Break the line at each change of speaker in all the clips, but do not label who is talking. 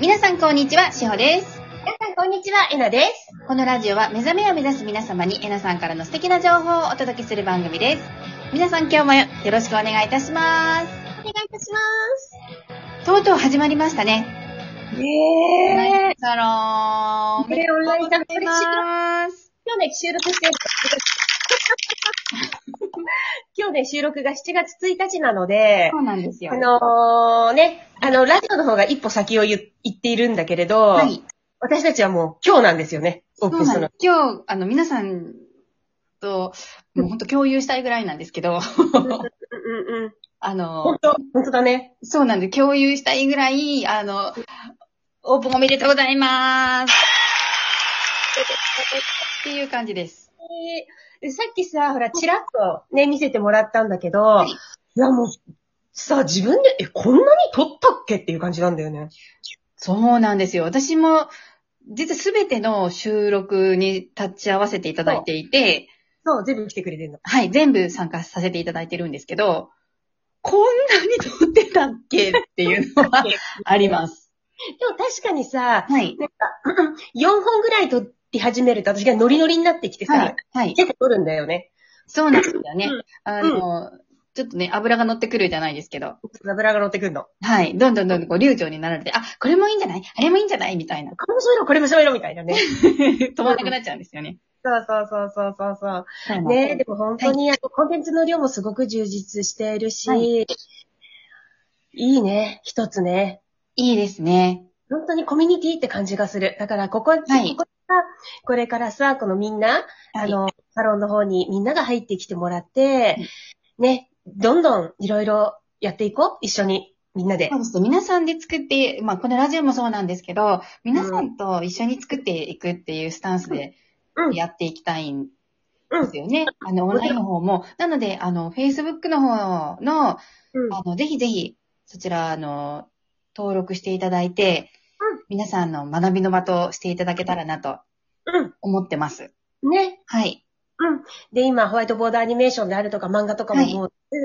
皆さんこんにちは、しほです。
皆さん、こんにちは。えなです。
このラジオは目覚めを目指す皆様にえなさんからの素敵な情報をお届けする番組です。皆さん今日もよよろしくお願いいたします。
お願いいたしま
とうとう始まりましたね。
す。ねえ。
サロン。
ねえオンラインサ
おめで
ロン
とうございます。
今日ね、収録してる。今日ね、収録が7月1日なので
そ、うなんですよ
あ。のー、ね、あの、ラジオの方が一歩先を言う言っているんだけれど、
はい。
私たちはもう今日なんですよね、オ
そ
ープン
う
す
なん
る
で
の
す。。今日、あの、皆さんと、もう本当共有したいぐらいなんですけど、
うんうんうん。
あの
本、当本当だね。
そうなんで、共有したいぐらい、あの、オープンおめでとうございます。っていう感じです。
でさっきさ、ほら、チラッとね、見せてもらったんだけど、
い
い、やもう、さ、自分で、え、こんなに撮ったっけっていう感じなんだよね。
そうなんですよ。私も、実はすべての収録に立ち会わせていただいていて、
そう、全部来てくれてんの。
はい、全部参加させていただいてるんですけど、こんなに撮ってたっけっていうのはあります。
でも確かに さ、
はい。
4本ぐらい撮り始めると私がノリノリになってきてさ、
はい。はい。
結構撮るんだよね。
そうなんですよね
うん。
あの、ちょっとね、油が乗ってくるじゃないですけど、
油が乗ってくんの。
はい。どんどんどんどんこう流暢になられて、あ、これもいいんじゃないあれもいいんじゃないみた いな。
これもそういうの、これもそういうのみたいなね。
止まんなくなっちゃうんですよね。
そうそうそうそうそうそう。
はい
ねでも本当に、あのコンテンツの量もすごく充実しているし、、
はい
いね、一つね。
いいですね。
本当にコミュニティって感じがする。だから、ここ、
い
ここさこれからさ、このみんな、あの、サロンの方にみんなが入ってきてもらって、
い
ね、どんどんいろいろやっていこう。一緒に、みんなで
そう。ですね。皆さんで作って、まあ、このラジオもそうなんですけど、皆さんと一緒に作っていくっていうスタンスで
うん
やっていきたいん
うん
ですよね。あの、オンラインの方も。なので、あの、Facebook の方の、
うん
あの、ぜひぜひ、そちら、あの、登録していただいて
うん、
皆さんの学びの場としていただけたらなと
う
思ってます。
ん。ね。
はい。
で、今、ホワイトボードアニメーションであるとか、漫画とかも
はい
もう、う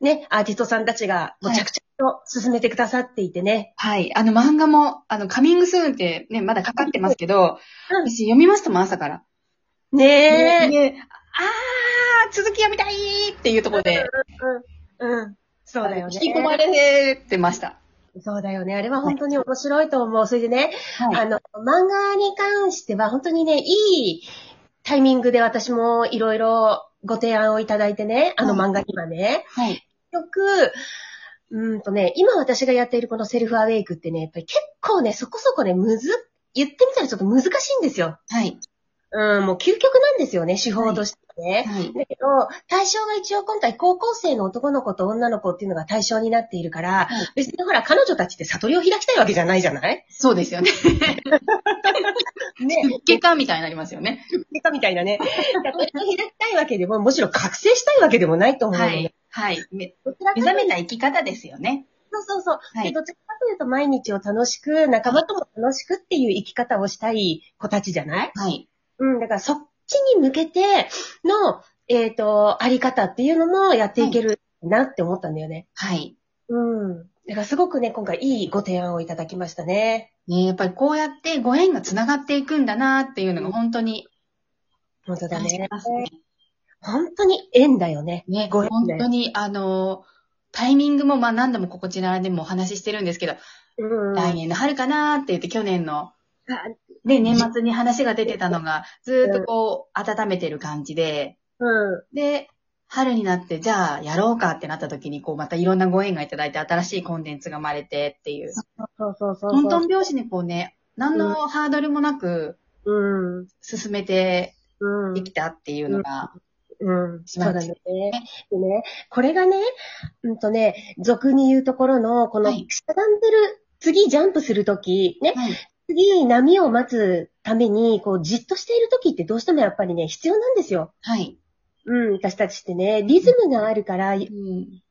んね、アーティストさんたちが、もう
はい
着々と進めてくださっていてね。
はい。あの漫画も、あの、カミングスーンってね、まだかかってますけど、
うん
私読みましたもん、朝から。
ねえ、
でであー、続き読みたいっていうところで、
うん。うん。そうだよね。
引き込まれてました。
そうだよね。あれは本当に面白いと思う。それでね、
はい。
あの、漫画に関しては、本当にね、いいタイミングで私もいろいろご提案をいただいてね、あの漫画にはね、
はい。
結局、うーんとね、今私がやっているこのセルフアウェイクってね、やっぱり結構ね、そこそこね、むず、言ってみたらちょっと難しいんですよ。
はい。
うん、もう究極なんですよね、手法としてね。
はい。
だけど、対象が一応今回高校生の男の子と女の子っていうのが対象になっているから、
はい
別にほら彼女たちって悟りを開きたいわけじゃないじゃない
そうですよね。
ね。
結果みたいになりますよね。
結果みたいなね。 悟りを開きたいわけでも、むしろ覚醒したいわけでもないと思うの
は
ね。
い。はい。め
どちらかと
目
い
覚め
うと
た生き方ですよね。
そうそうそう。
はい
でどちらかというと毎日を楽しく、仲間とも楽しくっていう生き方をしたい子たちじゃない
はい。
うん、だからそっちに向けての、えっ、と、あり方っていうのもやっていけるなって思ったんだよね。
はい。
うん。だからすごくね、今回いいご提案をいただきましたね。
ね、やっぱりこうやってご縁が繋がっていくんだなっていうのが本当に
本当だ
感じ
ね。
ますね。
本当に縁だよね。
ね、
ご縁
本
だよ
当に、あの、タイミングも、まあ何度もこちらでもお話ししてるんですけど、
うん。
来年の春かなーって言って去年の、
あ
ね、年末に話が出てたのが、ずーっとこう、温めてる感じで、
うん。
で、春になって、じゃあやろうかってなった時に、こう、またいろんなご縁がいただいて、新しいコンテンツが生まれてっていう、
そうそうそうそう。
トントン拍子にこうね、何のハードルもなく
うん。うん。
進めて
うん
できたっていうのが、
うん。
し
そう
ま
だ
す
ね。でね、これがね、うんとね、俗に言うところの、この、
はい
しゃがんでる、次ジャンプするとき、ね、
はい
次波を待つために、こう、じっとしているときってどうしてもやっぱりね、必要なんですよ。
はい。
うん、私たちってね、リズムがあるから、
うん。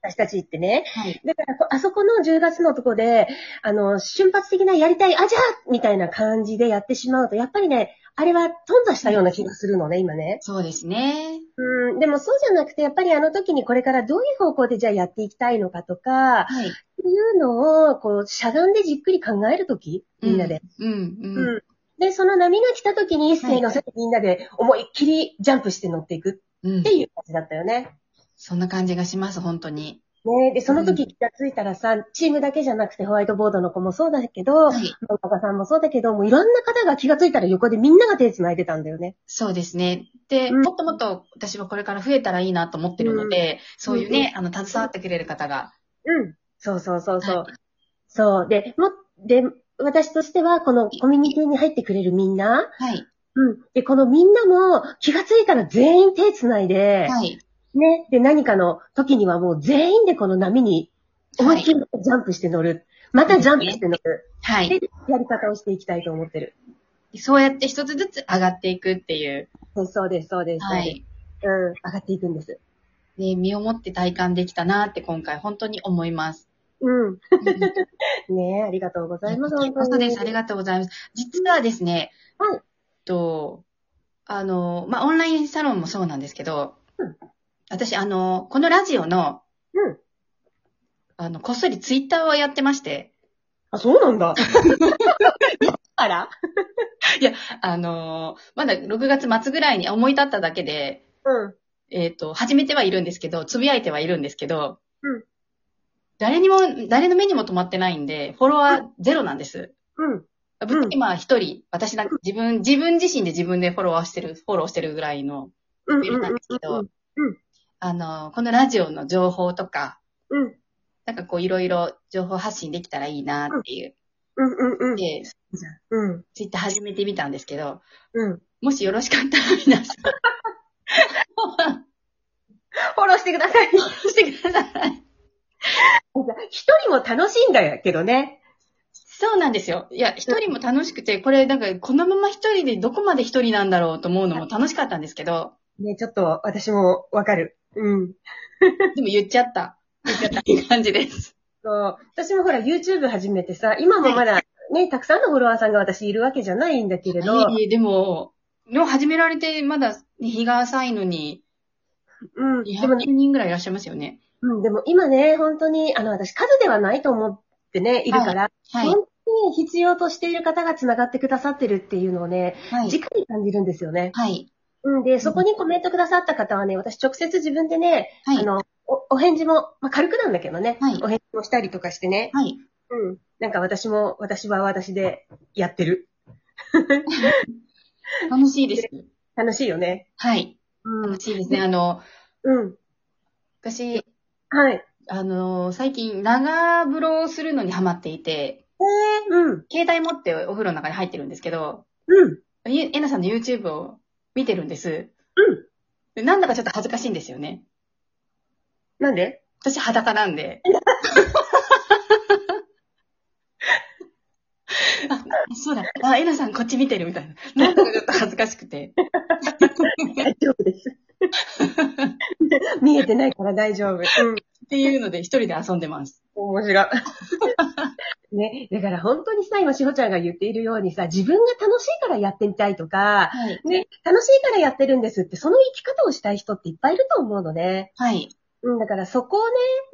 私たちってね。
はい。
だからこ、あそこの10月のとこで、あの、瞬発的なやりたい、あ、じゃあみたいな感じでやってしまうと、やっぱりね、あれは頓挫したような気がするのね、今ね。
そうですね。
うん、でもそうじゃなくて、やっぱりあの時にこれからどういう方向でじゃあやっていきたいのかとか、
はい。
っていうのを、こう、しゃがんでじっくり考えるとき、みんなで。
うん、うん。
うんで、その波が来たときに一斉に乗せてみんなで思いっきりジャンプして乗っていくっ
うん
ていう感じだったよね。
そんな感じがします、本当に。
ねで、その時気がついたらさ、チームだけじゃなくてホワイトボードの子もそうだけ
は
ど、
い。
漫画家さんもそうだけど、もういろんな方が気がついたら横でみんなが手繋いでたんだよね。
そうですね。で、
うん
もっともっと私はこれから増えたらいいなと思ってるので、そういうね、あの、携わってくれる方が。
うん。そうそうそうそう。そう。で、も、で、私としては、このコミュニティに入ってくれるみんな、
はい。
うん。で、このみんなも気がついたら全員手繋いで、
はい。
ね。で、何かの時にはもう全員でこの波に思いっきりジャンプして乗る。またジャンプして乗る。
は
で
い。、
やり方をしていきたいと思ってる。
そうやって一つずつ上がっていくっていう。
そうそうです、そうです。そう
は
です
い。
うん。上がっていくんです。
ね、身をもって体感できたなって今回本当に思います。
うん。
うん
ねえ、ありがとうござ います。
こちらこそです。あり
が
がとうございます。実はですね、
はい
えっと、あの、まあ、オンラインサロンもそうなんですけど、
うん
私、あの、このラジオの、
うん
あの、こっそりツイッターをやってまして、
あ、そうな んだ。あら
あの、まだ6月末ぐらいに思い立っただけで、
うん。
えっ、と、始めてはいるんですけど、つぶやいてはいるんですけど、
うん
誰にも、誰の目にも止まってないんで、フォロワーゼロなんです。
うん。
ぶっちゃけまあ一人、私なんか自分、自分自身で自分でフォローしてる、フォローしてるぐらいの
うん。
メールなんですけど、
うん
あの、このラジオの情報とか、
うん。
なんかこういろいろ情報発信できたらいいなっていう。
うんうんうん。
で、
うん。
ツイッター始めてみたんですけど、
うん。
もしよろしかったら皆さん、
フォローしてください。
フォローしてください。
一人も楽しいんだけどね。
そうなんですよ。いや、一人も楽しくて、これなんかこのまま一人でどこまで一人なんだろうと思うのも楽しかったんですけど、
ね、ちょっと私もわかる。うん。
でも言っちゃった。言っちゃったっていう感じです。
そう。私もほら YouTube 始めてさ、今もまだね、たくさんのフォロワーさんが私いるわけじゃないんだけれど、
いえいえ、でも、でも始められてまだ日が浅いのに、
うん。でも
200、人ぐらいいらっしゃいますよね。
うん、でも今ね、本当に、あの、私数ではないと思ってね、いるから、
はい。
本当に必要としている方が繋がってくださってるっていうのをね、
は
直
い。
に感じるんですよね。
はい。
うんで、そこにコメントくださった方はね、私直接自分でね、
はい
あの、お、お返事も、まあ、軽くなんだけどね、
はい
お返事もしたりとかしてね、
はい。
うん。なんか私も、私は私でやってる。
楽しいです。
楽しいよね。
はい。
うん
楽。しいですね。あの、
うん。
私、
はい。
あの、最近長風呂をするのにハマっていて、
うん。
携帯持ってお風呂の中に入ってるんですけど、
うん。
ゆえなさんの YouTube を見てるんです。
うん
で。なんだかちょっと恥ずかしいんですよね。
なんで
私裸なん で。あそうだ。あ、エナさんこっち見てるみたいな。なんかちょっと恥ずかしくて。
大丈夫です。 見えてないから大丈夫。うん。
っていうので一人で遊んでます。
面白い。ね。だから本当にさ、今、しほちゃんが言っているようにさ、自分が楽しいからやってみたいとか、
はい。
ね、楽しいからやってるんですって、その生き方をしたい人っていっぱいいると思うのね。
はい。
うん、だからそこを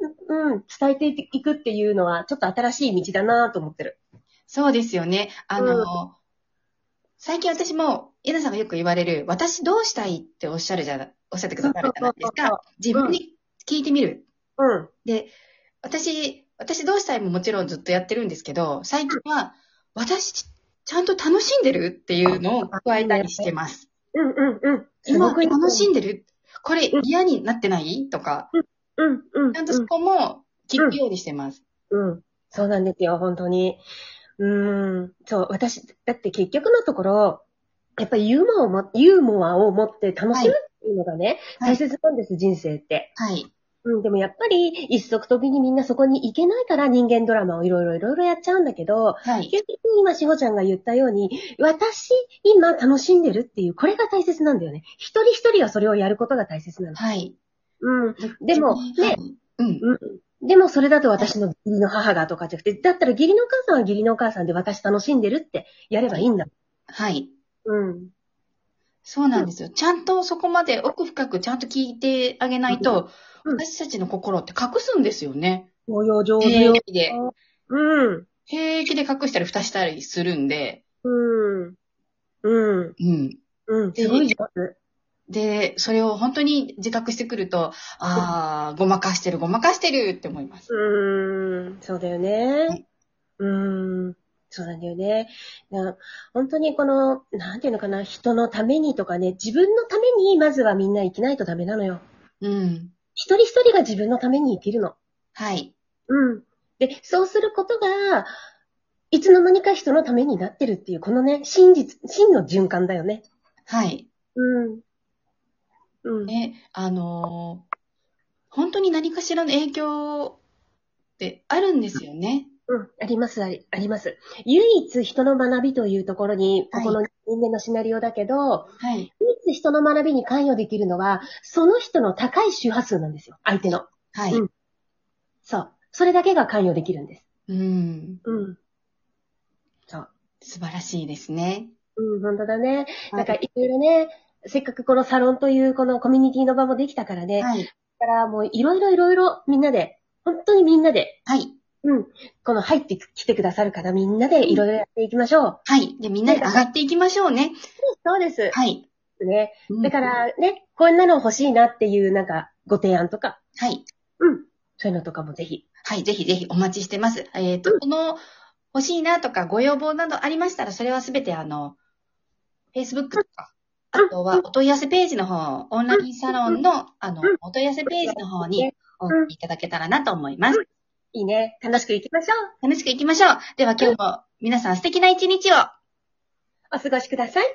ね、うん、伝えていくっていうのは、ちょっと新しい道だなと思ってる。
そうですよね。あの、
うん
最近私も、エナさんがよく言われる、私どうしたいっておっしゃるじゃな、おっしゃってくださるじゃないです
そうそうそうそ
か。自分に聞いてみる。
うん。
で、私、私どうしたいももちろんずっとやってるんですけど、最近は、私、ちゃんと楽しんでるっていうのを加えたりしてます。
うんうんうん。す
今、
ごくいい
楽しんでるこれ
うん
嫌になってないとか、
うんうん。
ちゃんとそこも聞くようにしてます。
うん。そうなんですよ、本当に。うーん。そう、私、だって結局のところ、やっぱりユーモアをも、ユーモアを持って楽しむっていうのがね、
はい
大切なんです、人生って。
はい。
うん、でもやっぱり、一足飛びにみんなそこに行けないから人間ドラマをいろいろいろいろやっちゃうんだけど、
はい。
結局今、しほちゃんが言ったように、私、今楽しんでるっていう、これが大切なんだよね。一人一人がそれをやることが大切なの。
はい。
うん。でも
はい
ね、
うん。
でもそれだと私の義理の母がとかじゃなくて、だったら義理のお母さんは義理のお母さんで私楽しんでるってやればいいんだ。
はい。
うん。
そうなんですよ。ちゃんとそこまで奥深くちゃんと聞いてあげないと、
うんうん
私たちの心って隠すんですよね。
応用上手
平
よ。
気で。
うん。
平気で隠したり蓋したりするんで、
うん。うん。
うん。
うん。すごい上手。
で、それを本当に自覚してくると、あ ー、ごまかしてる、ごまかしてるって思います。
うーん、そうだよ
は
ね
い。
うーん、そうなんだよね。な本当にこの、なんていうのかな、人のためにとかね、自分のためにまずはみんな生きないとダメなのよ。
うん。
一人一人が自分のために生きるの。
はい。
うん。で、そうすることが、いつの間にか人のためになってるっていう、このね、真実、真の循環だよね。
はい。
うん。うん。
ね、あのー本当に何かしらの影響ってあるんですよね。
うん、あります、ありあります。唯一人の学びというところに、
はい
ここの人間のシナリオだけど、
はい。
唯一人の学びに関与できるのは、その人の高い周波数なんですよ。相手の。
はい。
うんそう。それだけが関与できるんです。
うん。
うん。そう。
素晴らしいですね。
うん、本当だね。
は
ないんかいろいろね、せっかくこのサロンというこのコミュニティの場もできたからね。だ
はい。
からもういろいろいろいろみんなで、本当にみんなで、
はい。
うん。この入ってきてくださるからみんなでいろいろやっていきましょう。
はい。で、みんなで上がっていきましょうね。
そうです。
はい。
ね。
うん
だか、らね、こんなの欲しいなっていうなんかご提案とか、
はい。
うん。そういうのとかもぜひ。
はい。ぜひぜひお待ちしてます。えっ、と、この、欲しいなとかご要望などありましたら、それはすべてあの、Facebook とか、あとはお問い合わせページの方、オンラインサロンの、あの、お問い合わせページの方にお送りいただけたらなと思います。
いいね。楽しくいきましょう。
楽しく行きましょう。では今日も皆さん素敵な一日を。
お過ごしください。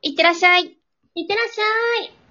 いってらっしゃい。
いってらっしゃい。